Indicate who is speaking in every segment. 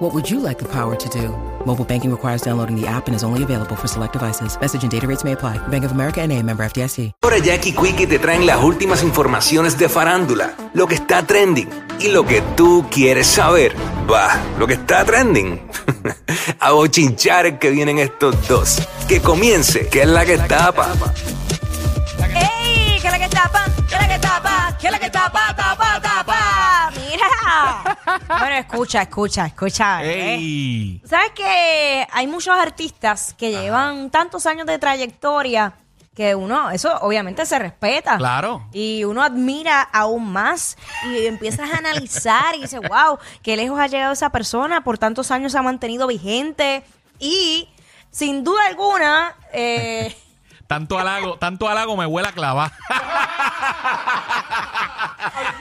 Speaker 1: What would you like the power to do? Mobile banking requires downloading the app and is only available for select devices. Message and data rates may apply. Bank of America and a member FDIC.
Speaker 2: Ahora Jackie Quickie te traen las últimas informaciones de farándula, lo que está trending y lo que tú quieres saber. Va, lo que está trending. A bochinchar que vienen estos dos. Que comience, que es la que tapa.
Speaker 3: ¡Ey! ¿Qué es la que tapa? ¿Qué es la que tapa? ¿Qué es la que tapa? ¡Tapa, tapa! ¡Mira! Bueno, escucha, escucha, escucha. ¿eh?
Speaker 4: ¡Ey!
Speaker 3: ¿Sabes que hay muchos artistas que llevan tantos años de trayectoria que uno, eso obviamente se respeta.
Speaker 4: Claro.
Speaker 3: Y uno admira aún más y empiezas a analizar y dices, wow, qué lejos ha llegado esa persona, por tantos años se ha mantenido vigente y sin duda alguna... eh,
Speaker 4: Tanto halago, tanto halago me huele a clavar.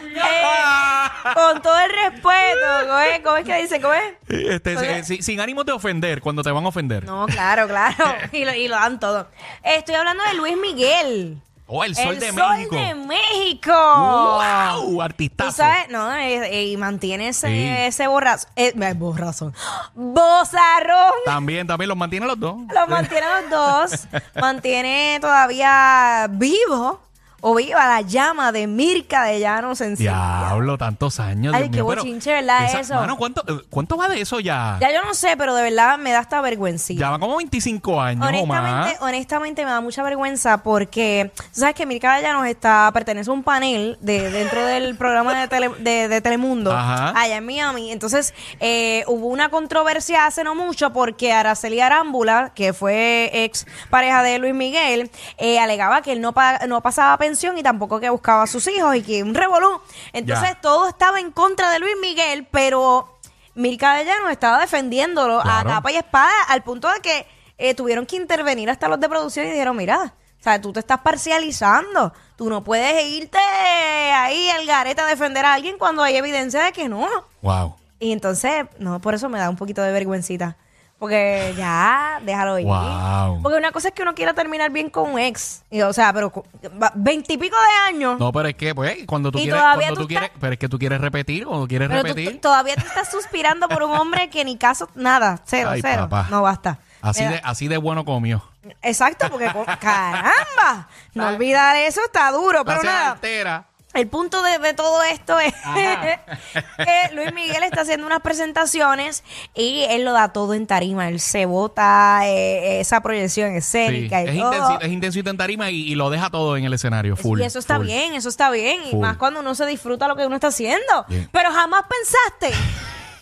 Speaker 3: Eh, con todo el respeto, ¿cómo es, ¿Cómo es que dice? ¿Cómo es?
Speaker 4: Este,
Speaker 3: Oye.
Speaker 4: eh, sin, sin ánimo de ofender, cuando te van a ofender.
Speaker 3: No, claro, claro. Y lo, y lo dan todo. Eh, Estoy hablando de Luis Miguel.
Speaker 4: Oh, el sol de
Speaker 3: Sol
Speaker 4: México.
Speaker 3: de México.
Speaker 4: ¡Wow! Artistazo.
Speaker 3: Tú sabes, no, eh, eh, y mantiene ese,
Speaker 4: Sí.
Speaker 3: ese borrazo. Eh, eh, borrazo. Bozarrón.
Speaker 4: También, también los mantiene los dos.
Speaker 3: Los mantiene los dos. mantiene todavía vivo o viva la llama de Mirka de Llanos en sí.
Speaker 4: Eh, Diablo, tantos años.
Speaker 3: Ay,
Speaker 4: Dios
Speaker 3: qué
Speaker 4: mío, pero
Speaker 3: bochinche, ¿verdad, eso?
Speaker 4: Mano, ¿cuánto, eh, ¿cuánto va de eso ya?
Speaker 3: Ya yo no sé, pero de verdad me da hasta vergüencita.
Speaker 4: Ya van como 25 años o
Speaker 3: Honestamente,
Speaker 4: más.
Speaker 3: honestamente me da mucha vergüenza porque tú sabes que Mirka Vallanos está pertenece a un panel de dentro del programa de, Tele- de- de Telemundo
Speaker 4: Ajá.
Speaker 3: allá en Miami. Entonces eh, hubo una controversia hace no mucho porque Araceli Arámbula, que fue ex pareja de Luis Miguel, eh, alegaba que él no, pa- no pasaba pensión y tampoco que buscaba a sus hijos y que un revolú. Entonces
Speaker 4: Ya.
Speaker 3: todo estaba en contra de Luis Miguel, pero Mirka Vallanos estaba defendiéndolo
Speaker 4: Claro.
Speaker 3: a capa y espada al punto de que eh, tuvieron que intervenir hasta los de producción y dijeron, mira, o sea, tú te estás parcializando, tú no puedes irte ahí al garete a defender a alguien cuando hay evidencia de que no.
Speaker 4: Wow.
Speaker 3: Y entonces, no, por eso me da un poquito de vergüencita. Porque ya, déjalo ir.
Speaker 4: Wow.
Speaker 3: Porque una cosa es que uno quiera terminar bien con un ex. Y, o sea, pero cu- va- veintipico de años.
Speaker 4: No, pero es que, pues, cuando tú
Speaker 3: Y
Speaker 4: quieres,
Speaker 3: todavía
Speaker 4: cuando
Speaker 3: tú
Speaker 4: tú quieres,
Speaker 3: estás-
Speaker 4: pero es que tú quieres repetir, cuando quieres
Speaker 3: Pero tú
Speaker 4: repetir.
Speaker 3: t- todavía te estás suspirando por un hombre que ni caso, nada, cero,
Speaker 4: Ay,
Speaker 3: cero.
Speaker 4: papá.
Speaker 3: No basta.
Speaker 4: así,
Speaker 3: Mira,
Speaker 4: de, así de bueno comió.
Speaker 3: Exacto, porque co- caramba, no
Speaker 4: Ah.
Speaker 3: olvidar eso está duro, pero
Speaker 4: Clase
Speaker 3: nada.
Speaker 4: altera.
Speaker 3: El punto de, de todo esto es
Speaker 4: Ajá.
Speaker 3: que Luis Miguel está haciendo unas presentaciones y él lo da todo en tarima, él se bota eh, esa proyección
Speaker 4: Sí,
Speaker 3: escénica
Speaker 4: es,
Speaker 3: y todo.
Speaker 4: intensi- es intensito en tarima y, y lo deja todo en el escenario, full.
Speaker 3: y eso está
Speaker 4: full.
Speaker 3: bien, eso está bien. Y
Speaker 4: Full.
Speaker 3: más cuando uno se disfruta lo que uno está haciendo.
Speaker 4: Bien.
Speaker 3: Pero jamás pensaste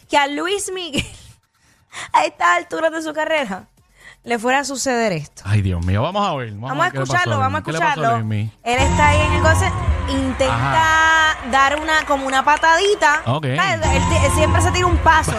Speaker 3: que a Luis Miguel, a estas alturas de su carrera, le fuera a suceder esto.
Speaker 4: Ay, Dios mío, vamos a ver. Vamos,
Speaker 3: Vamos a
Speaker 4: ver qué le pasó
Speaker 3: escucharlo,
Speaker 4: Luismi.
Speaker 3: vamos a
Speaker 4: ¿Qué le pasó
Speaker 3: escucharlo. Él
Speaker 4: Luismi?
Speaker 3: está ahí en el concert, intenta dar una como una patadita.
Speaker 4: Ok.
Speaker 3: Ah, Él, él te- él siempre se tira un paso.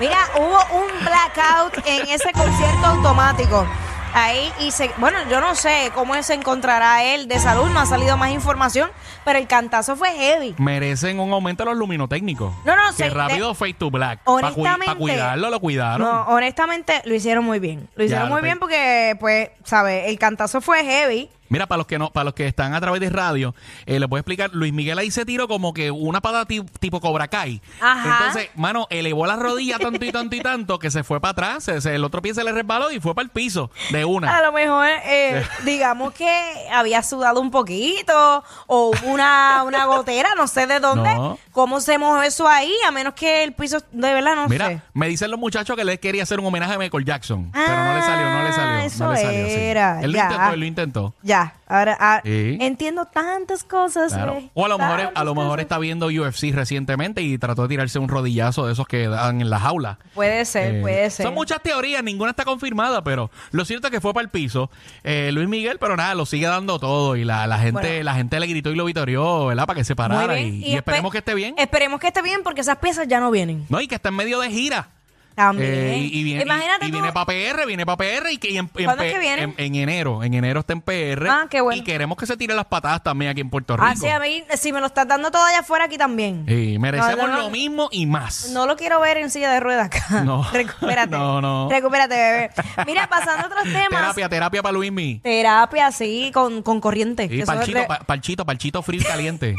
Speaker 3: Mira, hubo un blackout en ese concierto automático. Ahí y se, bueno, yo no sé cómo se encontrará él de salud, no ha salido más información, pero el cantazo fue heavy.
Speaker 4: Merecen un aumento los luminotécnicos.
Speaker 3: No, no,
Speaker 4: Que
Speaker 3: se-
Speaker 4: rápido fade to black. Para
Speaker 3: Honestamente.
Speaker 4: cuidarlo, lo cuidaron.
Speaker 3: No, honestamente lo hicieron muy bien. Lo hicieron
Speaker 4: lo
Speaker 3: muy
Speaker 4: pe-
Speaker 3: bien porque pues, sabes, el cantazo fue heavy.
Speaker 4: Mira, para los que no, para los que están a través de radio, eh, les voy a explicar. Luis Miguel ahí se tiró como que una pata ti- tipo Cobra Kai.
Speaker 3: Ajá.
Speaker 4: Entonces, mano, elevó la rodilla tanto y tanto y tanto que se fue para atrás. se- se- el otro pie se le resbaló y fue para el piso de una.
Speaker 3: A lo mejor, eh, digamos que había sudado un poquito o hubo una, una gotera, no sé de dónde.
Speaker 4: No.
Speaker 3: ¿Cómo se mojó eso ahí? A menos que el piso, de verdad, no
Speaker 4: Mira,
Speaker 3: sé.
Speaker 4: me dicen los muchachos que le quería hacer un homenaje a Michael Jackson, pero no le salió, no le salió,
Speaker 3: Ah, eso
Speaker 4: no le salió. sí.
Speaker 3: era,
Speaker 4: Él lo
Speaker 3: ya.
Speaker 4: intentó, él lo intentó.
Speaker 3: Ya, ahora ahora
Speaker 4: Sí.
Speaker 3: entiendo tantas cosas.
Speaker 4: Claro.
Speaker 3: güey,
Speaker 4: O a lo mejor, a
Speaker 3: tantas
Speaker 4: lo mejor
Speaker 3: cosas.
Speaker 4: está viendo UFC recientemente y trató de tirarse un rodillazo de esos que dan en la jaula.
Speaker 3: Puede ser,
Speaker 4: Eh,
Speaker 3: puede ser.
Speaker 4: Son muchas teorías, ninguna está confirmada, pero lo cierto es que fue para el piso eh, Luis Miguel, pero nada, lo sigue dando todo y la, la gente
Speaker 3: Bueno.
Speaker 4: la gente le gritó y lo vitorió, ¿verdad? Para que se parara y, y
Speaker 3: espe-
Speaker 4: esperemos que esté bien.
Speaker 3: Esperemos que esté bien porque esas piezas ya no vienen.
Speaker 4: No, y que está en medio de gira.
Speaker 3: También.
Speaker 4: Eh, y, y viene,
Speaker 3: Imagínate tú-
Speaker 4: para PR, viene para PR y que y en, y en
Speaker 3: ¿Cuándo es
Speaker 4: P-
Speaker 3: que viene?
Speaker 4: En, en enero, en enero está en PR.
Speaker 3: Ah, qué bueno.
Speaker 4: Y queremos que se tiren las patadas también aquí en Puerto Rico. Eh,
Speaker 3: Ah, sí, a mí, si me lo estás dando todo allá afuera, aquí también.
Speaker 4: Y merecemos
Speaker 3: No, no, no.
Speaker 4: lo mismo y más.
Speaker 3: No lo quiero ver en silla de ruedas acá.
Speaker 4: No.
Speaker 3: Recupérate.
Speaker 4: No, no.
Speaker 3: Recupérate, bebé. Mira, pasando a otros temas.
Speaker 4: terapia, terapia para Luismi.
Speaker 3: Terapia, sí, con, con corriente. que
Speaker 4: Y
Speaker 3: eso es
Speaker 4: parchito,
Speaker 3: re-
Speaker 4: pa- parchito, parchito frío y caliente.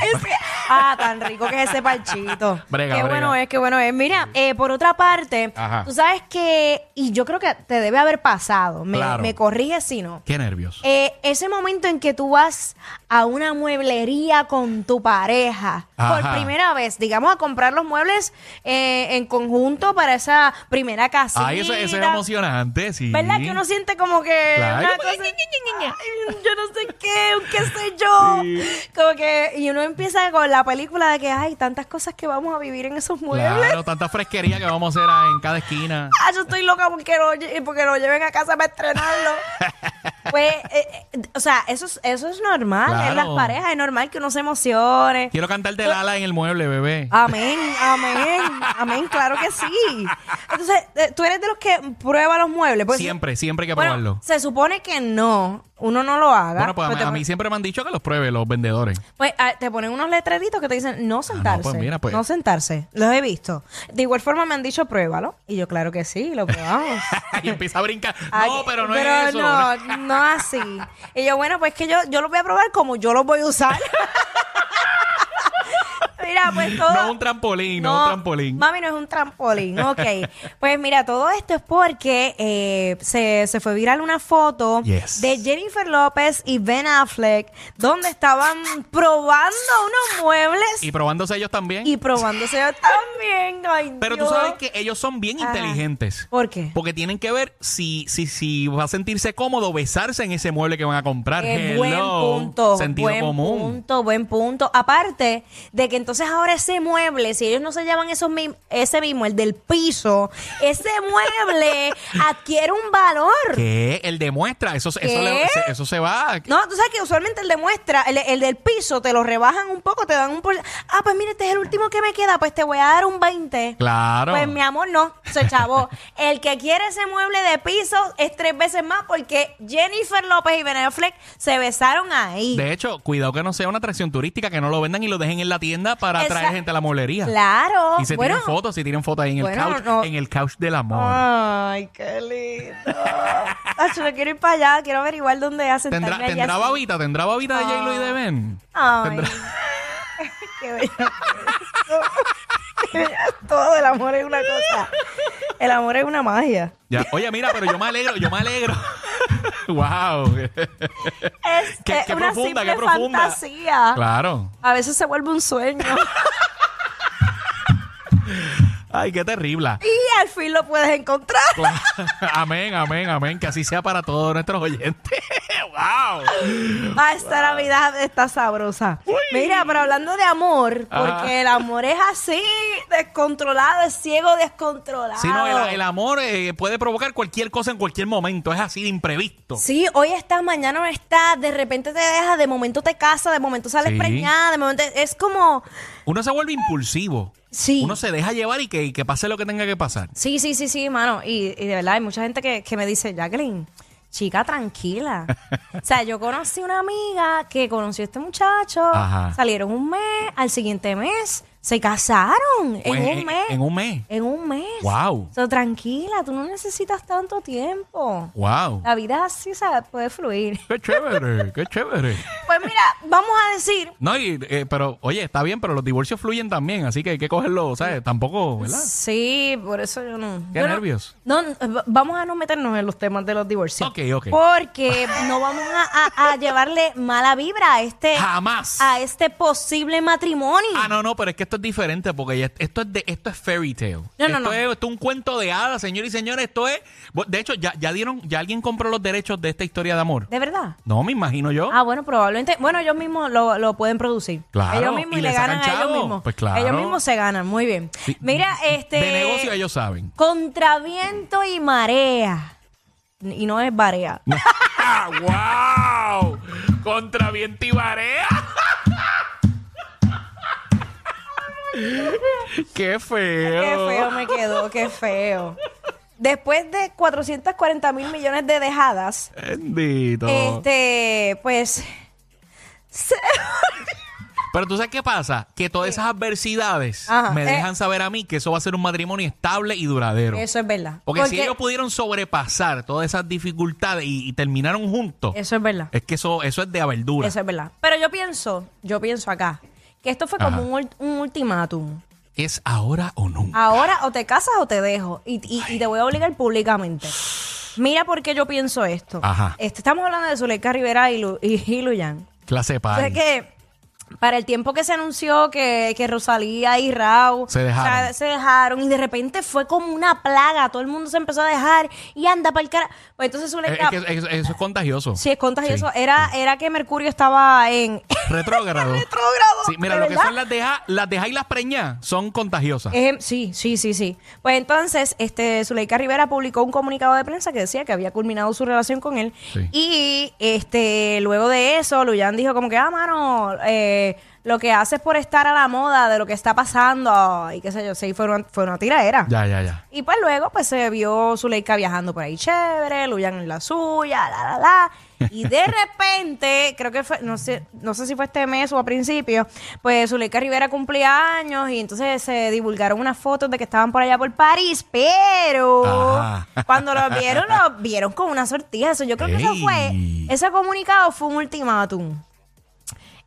Speaker 3: Ah, tan rico que es ese parchito.
Speaker 4: Brega,
Speaker 3: qué
Speaker 4: brega.
Speaker 3: bueno es, qué bueno es. Mira, eh, por otra parte,
Speaker 4: Ajá.
Speaker 3: tú sabes que, y yo creo que te debe haber pasado, me,
Speaker 4: Claro.
Speaker 3: me corriges si no.
Speaker 4: Qué nervios.
Speaker 3: Eh, ese momento en que tú vas a una mueblería con tu pareja por
Speaker 4: Ajá.
Speaker 3: primera vez, digamos, a comprar los muebles eh, en conjunto para esa primera casita.
Speaker 4: Ay, eso, eso es emocionante, sí.
Speaker 3: ¿Verdad? Que uno siente como que.
Speaker 4: Claro.
Speaker 3: una cosa- Ay, yo no sé qué, un qué sé yo. Como que. Y uno empieza con la película de que hay tantas cosas que vamos a vivir en esos muebles.
Speaker 4: Claro, tanta fresquería que vamos a hacer ahí en cada esquina.
Speaker 3: Ah, yo estoy loca porque lo, lle- porque lo lleven a casa para estrenarlo. pues, eh, eh, o sea, eso es, eso es normal en las
Speaker 4: Claro.
Speaker 3: parejas. Es normal que uno se emocione.
Speaker 4: Quiero cantarte Lala en el mueble, bebé.
Speaker 3: Amén, amén, amén, claro que sí. Entonces, eh, tú eres de los que prueba los muebles. Pues,
Speaker 4: siempre, siempre hay que
Speaker 3: Bueno,
Speaker 4: probarlo.
Speaker 3: se supone que no, uno no lo haga.
Speaker 4: Bueno, pues a,
Speaker 3: Pues
Speaker 4: mí-
Speaker 3: te
Speaker 4: a
Speaker 3: pon-
Speaker 4: mí siempre me han dicho que los pruebe los vendedores.
Speaker 3: pues, ah, te ponen unos letreritos que te dicen no sentarse. no,
Speaker 4: pues mira, pues.
Speaker 3: sentarse. Los he visto. De igual forma me han dicho pruébalo. Y yo, claro que sí, lo probamos.
Speaker 4: y empieza a brincar.
Speaker 3: Ay,
Speaker 4: No, pero no
Speaker 3: pero
Speaker 4: es eso.
Speaker 3: No, no así. Y yo, bueno, pues que yo, yo los voy a probar como yo los voy a usar. mira, pues todo.
Speaker 4: No es un trampolín, no es un trampolín.
Speaker 3: Mami, no es un trampolín. Ok. pues mira, todo esto es porque eh, se, se fue viral una foto
Speaker 4: Yes.
Speaker 3: de Jennifer López y Ben Affleck donde estaban probando unos muebles
Speaker 4: Y
Speaker 3: y,
Speaker 4: probándose ellos también.
Speaker 3: probándose ellos también. Ay,
Speaker 4: pero tú
Speaker 3: Dios.
Speaker 4: sabes que ellos son bien
Speaker 3: Ajá.
Speaker 4: inteligentes.
Speaker 3: ¿Por qué?
Speaker 4: Porque tienen que ver si, si, si va a sentirse cómodo besarse en ese mueble que van a comprar.
Speaker 3: Eh,
Speaker 4: Ah, Hello.
Speaker 3: buen punto.
Speaker 4: Sentido
Speaker 3: buen
Speaker 4: común.
Speaker 3: punto, buen punto. Aparte de que entonces ahora ese mueble, si ellos no se llaman esos mi- ese mismo, el del piso, ese mueble adquiere un valor.
Speaker 4: ¿Qué? Él demuestra. Eso,
Speaker 3: ¿Qué?
Speaker 4: eso, le- se, eso se va.
Speaker 3: No, tú sabes que usualmente el de muestra, el, el del piso, te lo rebajan un poco, te dan un por... Ah, pues mira, este es el último que me queda, pues te voy a dar un 20.
Speaker 4: Claro.
Speaker 3: Pues mi amor, no, se chavo. El que quiere ese mueble de piso es tres veces más porque Jennifer López y Ben Affleck se besaron ahí.
Speaker 4: De hecho, cuidado que no sea una atracción turística, que no lo vendan y lo dejen en la tienda para
Speaker 3: Esa-
Speaker 4: atraer gente a la mueblería.
Speaker 3: Claro.
Speaker 4: Y se
Speaker 3: bueno,
Speaker 4: tienen fotos, se tienen fotos ahí en el
Speaker 3: bueno,
Speaker 4: couch,
Speaker 3: no. Ah,
Speaker 4: en el couch del amor.
Speaker 3: Ay, qué lindo. Ay, yo no quiero ir para allá, quiero averiguar dónde hacen.
Speaker 4: ¿Tendrá, tendrá babita? ¿Tendrá babita de J-Lo y
Speaker 3: Ah.
Speaker 4: de Ben?
Speaker 3: Ay.
Speaker 4: ¿Tendrá-
Speaker 3: Qué bello. Qué bello es Todo el amor es una cosa. El amor es una magia.
Speaker 4: Ya. Oye, mira, pero yo me alegro, yo me alegro. wow.
Speaker 3: Es
Speaker 4: Qué-
Speaker 3: eh,
Speaker 4: qué
Speaker 3: una
Speaker 4: profunda,
Speaker 3: simple
Speaker 4: qué profunda.
Speaker 3: fantasía.
Speaker 4: claro.
Speaker 3: A veces se vuelve un sueño
Speaker 4: Ay, qué terrible.
Speaker 3: y al fin lo puedes encontrar.
Speaker 4: Claro. amén, amén, amén. Que así sea para todos nuestros oyentes. wow.
Speaker 3: Ah, esta Navidad está sabrosa. Mira, pero hablando de amor, porque
Speaker 4: Ajá.
Speaker 3: el amor es así, descontrolado, es ciego, descontrolado.
Speaker 4: Sí, no, el, el amor eh, puede provocar cualquier cosa en cualquier momento. Es así de imprevisto.
Speaker 3: Sí, hoy estás, mañana no estás, de repente te dejas, de momento te casas, de momento sales
Speaker 4: Sí.
Speaker 3: preñada, de momento es como
Speaker 4: Uno se vuelve impulsivo.
Speaker 3: Sí.
Speaker 4: Uno se deja llevar y que, y que pase lo que tenga que pasar.
Speaker 3: Sí, sí, sí, sí, mano. Y, y de verdad, hay mucha gente que, que me dice, Jacqueline, chica, tranquila. o sea, yo conocí una amiga que conoció a este muchacho,
Speaker 4: Ajá.
Speaker 3: salieron un mes, al siguiente mes se casaron.
Speaker 4: Pues,
Speaker 3: en un mes.
Speaker 4: En un mes.
Speaker 3: En un mes.
Speaker 4: Wow.
Speaker 3: O sea, tranquila, tú no necesitas tanto tiempo.
Speaker 4: Wow.
Speaker 3: La vida así, o sea, puede fluir.
Speaker 4: Qué chévere, qué chévere.
Speaker 3: Pues mira, vamos a decir
Speaker 4: No, y, eh, pero, oye, está bien, pero los divorcios fluyen también, así que hay que cogerlo, ¿sabes? Tampoco, ¿verdad?
Speaker 3: Sí, por eso yo no.
Speaker 4: Qué
Speaker 3: yo no-
Speaker 4: nervios.
Speaker 3: No, no, v- vamos a no meternos en los temas de los divorcios.
Speaker 4: Ok, ok.
Speaker 3: Porque no vamos a, a- a llevarle mala vibra a este.
Speaker 4: Jamás.
Speaker 3: A este posible matrimonio.
Speaker 4: Ah, no, no, pero es que esto es diferente porque ya- esto es de, esto es fairy tale.
Speaker 3: no,
Speaker 4: esto,
Speaker 3: no.
Speaker 4: Es, esto es un cuento de hadas, señores y señores. Esto es. bo- De hecho, ya, ya dieron, ya alguien compró los derechos de esta historia de amor.
Speaker 3: ¿De verdad?
Speaker 4: No, me imagino yo.
Speaker 3: Ah, bueno, probablemente. Bueno, ellos mismos lo, lo pueden producir.
Speaker 4: Claro,
Speaker 3: Ellos mismos
Speaker 4: y
Speaker 3: y le
Speaker 4: le sacan
Speaker 3: ganan a ellos
Speaker 4: chavo.
Speaker 3: mismos.
Speaker 4: Pues claro.
Speaker 3: Ellos mismos se ganan, muy bien.
Speaker 4: Sí.
Speaker 3: Mira, este.
Speaker 4: De negocio ellos saben.
Speaker 3: Contra viento y marea. Y no es barea.
Speaker 4: ¡Ah, wow! Contra viento y marea. Qué feo.
Speaker 3: Qué feo me quedó, qué feo. Después de 440 mil millones de dejadas,
Speaker 4: Bendito.
Speaker 3: este, pues. se-
Speaker 4: Pero tú sabes qué pasa? Que todas esas adversidades
Speaker 3: Ajá.
Speaker 4: me
Speaker 3: Eh.
Speaker 4: dejan saber a mí que eso va a ser un matrimonio estable y duradero.
Speaker 3: Eso es verdad.
Speaker 4: Porque, si ellos pudieron sobrepasar todas esas dificultades y, y terminaron juntos,
Speaker 3: Eso es verdad.
Speaker 4: es que eso, eso es de abertura.
Speaker 3: Eso es verdad. Pero yo pienso, yo pienso acá, que esto fue
Speaker 4: Ajá.
Speaker 3: como un, ult- un ultimátum.
Speaker 4: Es ahora o nunca.
Speaker 3: Ahora o te casas o te dejo. Y, y- y te voy a obligar públicamente. Mira por qué yo pienso esto.
Speaker 4: Ajá.
Speaker 3: Este, estamos hablando de Zuleika Rivera y, Lu, y, y Luyan.
Speaker 4: Clase
Speaker 3: O sea
Speaker 4: par.
Speaker 3: que para el tiempo que se anunció que, que Rosalía y Raúl
Speaker 4: Se dejaron.
Speaker 3: o sea, se dejaron y de repente fue como una plaga. Todo el mundo se empezó a dejar y anda para el cara. Pues entonces
Speaker 4: Eh, Es-
Speaker 3: Zuleika...
Speaker 4: es que eso- eso- eso es contagioso.
Speaker 3: Sí, es contagioso. Eh, Era, era que Mercurio estaba en
Speaker 4: Retrógrado.
Speaker 3: retrógrado.
Speaker 4: Sí, mira,
Speaker 3: de
Speaker 4: lo que
Speaker 3: verdad. Eh.
Speaker 4: son las deja, las deja y las preñas son contagiosas.
Speaker 3: Ejem- em, sí, sí, sí, sí. Pues entonces, este, Zuleika Rivera publicó un comunicado de prensa que decía que había culminado su relación con él.
Speaker 4: Sí.
Speaker 3: Y este, luego de eso, Luyan dijo como que, ah, mano, eh, lo que haces por estar a la moda de lo que está pasando, y qué sé yo, sí, fue una, fue una tiradera.
Speaker 4: Ya, ya, ya.
Speaker 3: Y pues luego, pues se vio Zuleika viajando por ahí chévere, Luyan en la suya, la, la, la. Y de repente, creo que fue, no sé, no sé si fue este mes o a principio, pues Zuleika Rivera cumplía años y entonces se divulgaron unas fotos de que estaban por allá por París, pero
Speaker 4: Ajá.
Speaker 3: cuando lo vieron, lo vieron con una sortija. Eso yo creo que eso fue,
Speaker 4: Ey.
Speaker 3: ese comunicado fue un ultimátum.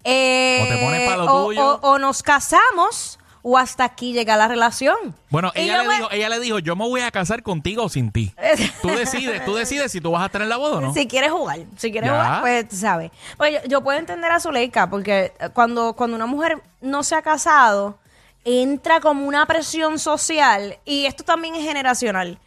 Speaker 3: Eh,
Speaker 4: O te pones pa' lo
Speaker 3: o-
Speaker 4: tuyo.
Speaker 3: o- o nos casamos o hasta aquí llega la relación.
Speaker 4: Bueno,
Speaker 3: Y
Speaker 4: ella
Speaker 3: yo
Speaker 4: le,
Speaker 3: me-
Speaker 4: dijo, ella le dijo, yo me voy a casar contigo o sin ti. Tú decides, tú decides si tú vas a estar en la boda o no.
Speaker 3: Si quieres jugar, si quieres
Speaker 4: Ya.
Speaker 3: jugar, pues tú sabes. Pues yo, yo puedo entender a Zuleika, porque eh, cuando, cuando una mujer no se ha casado, entra como una presión social, y esto también es generacional.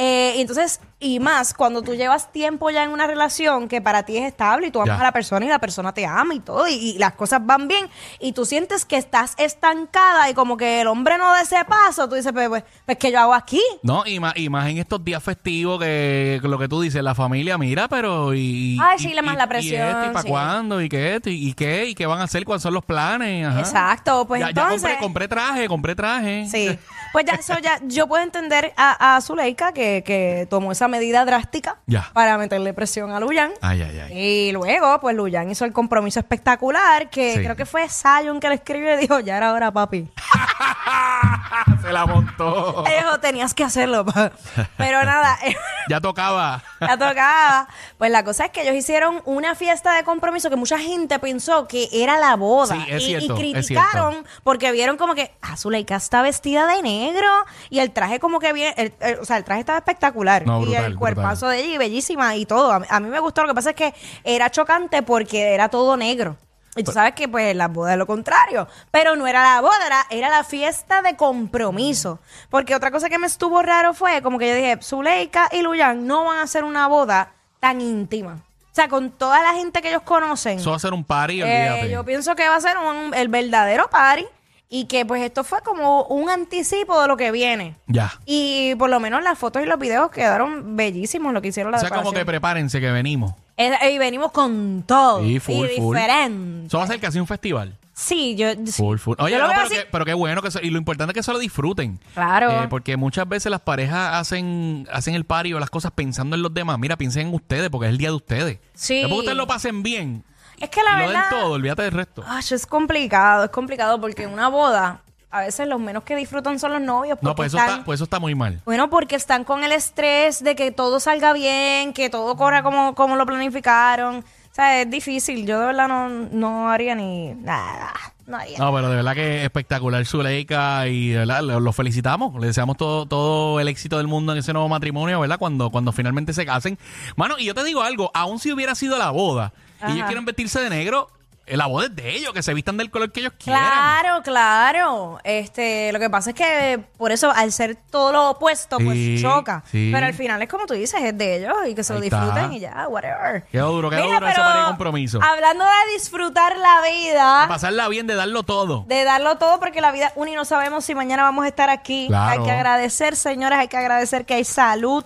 Speaker 3: Eh, y entonces, y más, cuando tú llevas tiempo ya en una relación que para ti es estable y tú amas
Speaker 4: Ya.
Speaker 3: a la persona y la persona te ama y todo, y, y las cosas van bien, y tú sientes que estás estancada y como que el hombre no da ese paso, tú dices, pues, pues, pues, ¿qué yo hago aquí?
Speaker 4: No, y más, y más en estos días festivos que lo que tú dices, la familia mira, pero y...
Speaker 3: Ay,
Speaker 4: y-
Speaker 3: sí, la
Speaker 4: y-
Speaker 3: más la
Speaker 4: ¿Y, esto, y
Speaker 3: presión,
Speaker 4: para
Speaker 3: sí.
Speaker 4: cuándo? ¿Y qué esto? ¿Y, y qué? ¿Y qué van a hacer? ¿Cuáles son los planes? Ajá.
Speaker 3: Exacto, pues
Speaker 4: Ya- ya
Speaker 3: entonces...
Speaker 4: compré, compré traje, compré traje.
Speaker 3: Sí. Pues ya, eso ya, yo puedo entender a, a Zuleika que, que tomó esa medida drástica
Speaker 4: Ya.
Speaker 3: para meterle presión a Luyan.
Speaker 4: Ay, ay, ay.
Speaker 3: Y luego, pues Luyan hizo el compromiso espectacular que
Speaker 4: Sí.
Speaker 3: creo que fue Sion que le escribió y le dijo, ya era hora, papi.
Speaker 4: Se la montó.
Speaker 3: Le dijo, tenías que hacerlo. pa". Pero nada,
Speaker 4: Ya tocaba.
Speaker 3: la tocaba. Pues la cosa es que ellos hicieron una fiesta de compromiso que mucha gente pensó que era la boda.
Speaker 4: Sí, es
Speaker 3: y,
Speaker 4: cierto,
Speaker 3: y
Speaker 4: es
Speaker 3: criticaron porque vieron como que ah, Zuleika está vestida de negro y el traje como que bien, el- el- o sea, el traje estaba espectacular.
Speaker 4: No,
Speaker 3: y
Speaker 4: brutal,
Speaker 3: el
Speaker 4: brutal.
Speaker 3: cuerpazo de ella y bellísima y todo. A, mí- a mí me gustó. Lo que pasa es que era chocante porque era todo negro. Y tú sabes que pues la boda es lo contrario. Pero no era la boda, era, era la fiesta de compromiso. Porque otra cosa que me estuvo raro fue como que yo dije, Zuleika y Luyan no van a hacer una boda tan íntima. O sea, con toda la gente que ellos conocen.
Speaker 4: Eso va a ser un party,
Speaker 3: Eh,
Speaker 4: olvídate.
Speaker 3: yo pienso que va a ser un- el verdadero party y que pues esto fue como un anticipo de lo que viene.
Speaker 4: Ya.
Speaker 3: Y por lo menos las fotos y los videos quedaron bellísimos lo que hicieron
Speaker 4: O
Speaker 3: la
Speaker 4: sea, como que
Speaker 3: decoración.
Speaker 4: prepárense que venimos.
Speaker 3: Eh, y venimos con todo.
Speaker 4: Sí, full,
Speaker 3: y
Speaker 4: full.
Speaker 3: diferente.
Speaker 4: Eso va a ser casi un festival.
Speaker 3: Sí, yo...
Speaker 4: Full, full. Oye,
Speaker 3: yo lo
Speaker 4: no,
Speaker 3: veo
Speaker 4: pero,
Speaker 3: así.
Speaker 4: qué, pero qué bueno que eso- y lo importante es que eso lo disfruten.
Speaker 3: Claro.
Speaker 4: Eh, porque muchas veces las parejas hacen hacen el party o las cosas pensando en los demás. Mira, piensen en ustedes porque es el día de ustedes.
Speaker 3: Sí.
Speaker 4: Después que ustedes lo pasen bien.
Speaker 3: Es que la
Speaker 4: y lo
Speaker 3: verdad... Ah,
Speaker 4: den todo, olvídate del resto.
Speaker 3: Ay, es complicado, es complicado porque en una boda a veces los menos que disfrutan son los novios.
Speaker 4: No,
Speaker 3: porque
Speaker 4: pues eso,
Speaker 3: están-
Speaker 4: está, pues eso está muy mal.
Speaker 3: Bueno, porque están con el estrés de que todo salga bien, que todo
Speaker 4: Mm.
Speaker 3: corra como, como lo planificaron. O sea, es difícil. Yo de verdad no, no haría ni nada. No haría.
Speaker 4: No, pero de verdad que espectacular Zuleika y de verdad, lo, lo felicitamos. Le deseamos todo, todo el éxito del mundo en ese nuevo matrimonio, ¿verdad? Cuando, cuando finalmente se casen. Mano, y yo te digo algo, aun si hubiera sido la boda y ellos quieren vestirse de negro, eh, la boda es de ellos, que se vistan del color que ellos quieran.
Speaker 3: Claro, claro. Este, lo que pasa es que por eso al ser todo lo opuesto, pues
Speaker 4: Sí,
Speaker 3: choca.
Speaker 4: sí.
Speaker 3: Pero al final es como tú dices, es de ellos y que se lo
Speaker 4: Ahí está.
Speaker 3: disfruten y ya, whatever.
Speaker 4: Quedó duro, quedó
Speaker 3: Mira,
Speaker 4: duro ese
Speaker 3: pero
Speaker 4: par de compromiso.
Speaker 3: Hablando de disfrutar la vida.
Speaker 4: Pasarla bien, de darlo todo.
Speaker 3: de darlo todo porque la vida es una y no sabemos si mañana vamos a estar aquí.
Speaker 4: Claro.
Speaker 3: Hay que agradecer, señoras, hay que agradecer que hay salud,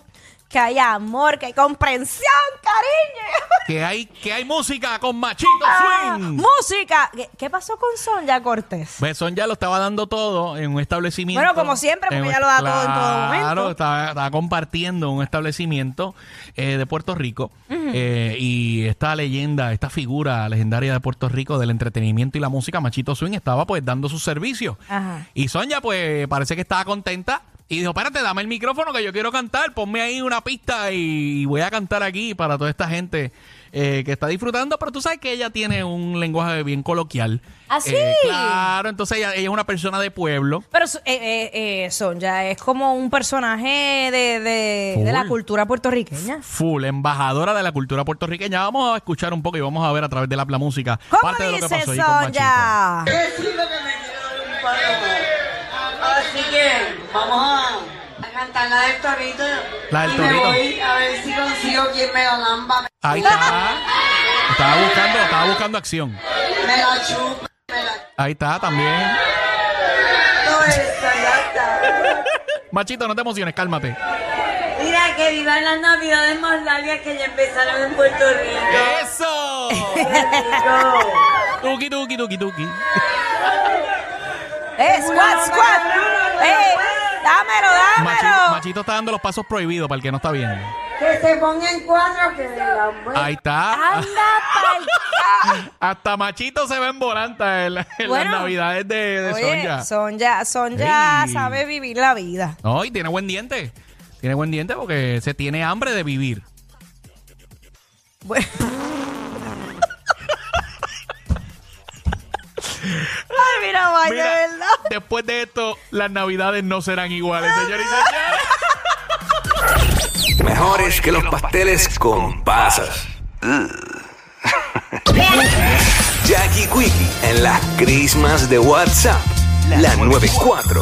Speaker 3: que hay amor, que hay comprensión, cariño.
Speaker 4: Que hay, que hay música con Machito
Speaker 3: Ah,
Speaker 4: Swing.
Speaker 3: música. ¿Qué, qué pasó con Sonia Cortés?
Speaker 4: Pues Son ya lo estaba dando todo en un establecimiento.
Speaker 3: Bueno, como siempre, porque
Speaker 4: En un-
Speaker 3: ella lo da todo en todo momento.
Speaker 4: Claro, estaba, estaba compartiendo un establecimiento eh, de Puerto Rico. eh, y esta leyenda, esta figura legendaria de Puerto Rico del entretenimiento y la música, Machito Swing, estaba pues dando sus servicios.
Speaker 3: Ajá.
Speaker 4: Y Sonia, pues parece que estaba contenta. Y dijo, espérate, dame el micrófono que yo quiero cantar, ponme ahí una pista y voy a cantar aquí para toda esta gente eh, que está disfrutando. Pero tú sabes que ella tiene un lenguaje bien coloquial.
Speaker 3: ¿Ah, sí?
Speaker 4: Eh, claro, entonces ella, ella es una persona de pueblo.
Speaker 3: Pero eh, eh, eh, Sonja es como un personaje de, de, de la
Speaker 4: Full.
Speaker 3: cultura puertorriqueña.
Speaker 4: Full, embajadora de la cultura puertorriqueña. Vamos a escuchar un poco y vamos a ver a través de la, la música
Speaker 3: ¿Cómo
Speaker 4: parte de lo que
Speaker 3: dice
Speaker 4: pasó ahí con Machito.
Speaker 3: Sonja?
Speaker 5: decirle que me quiero dar un palo. Así que vamos a, a cantar la del torito.
Speaker 4: La del
Speaker 5: y
Speaker 4: torito.
Speaker 5: Me voy a ver si consigo quien me la lamba,
Speaker 4: Ahí está. Estaba buscando, estaba buscando acción.
Speaker 5: me la chupa, me la.
Speaker 4: Ahí está también.
Speaker 5: Todo esto, ya está.
Speaker 4: Machito, no te emociones, cálmate.
Speaker 5: Mira, que vivan las navidades más largas que ya empezaron en Puerto Rico.
Speaker 4: ¡Eso! tuki, tuki, tuki, tuki.
Speaker 3: ¡Eh, squat, squat! ¡Eh, dámelo,
Speaker 4: Machi-
Speaker 3: dámelo!
Speaker 4: Machito está dando los pasos prohibidos para el que no está viendo.
Speaker 5: Que se pongan cuatro, que pues. me la muevan.
Speaker 4: Ahí está.
Speaker 3: ¡Anda pa'l
Speaker 4: Hasta Machito se ve en volanta en, la- en
Speaker 3: Bueno.
Speaker 4: las navidades de, de
Speaker 3: Oye,
Speaker 4: Sonja.
Speaker 3: Sonja, Sonja
Speaker 4: Ey.
Speaker 3: sabe vivir la vida.
Speaker 4: No, y tiene buen diente. Tiene buen diente porque se tiene hambre de vivir.
Speaker 3: Bueno, Ay, mira, vaya, de
Speaker 4: Mira,
Speaker 3: verdad.
Speaker 4: después de esto, las navidades no serán iguales, señores y señores.
Speaker 2: Mejores que los pasteles con pasas. Ugh. Jackie Quickie en las crismas de WhatsApp. La 94.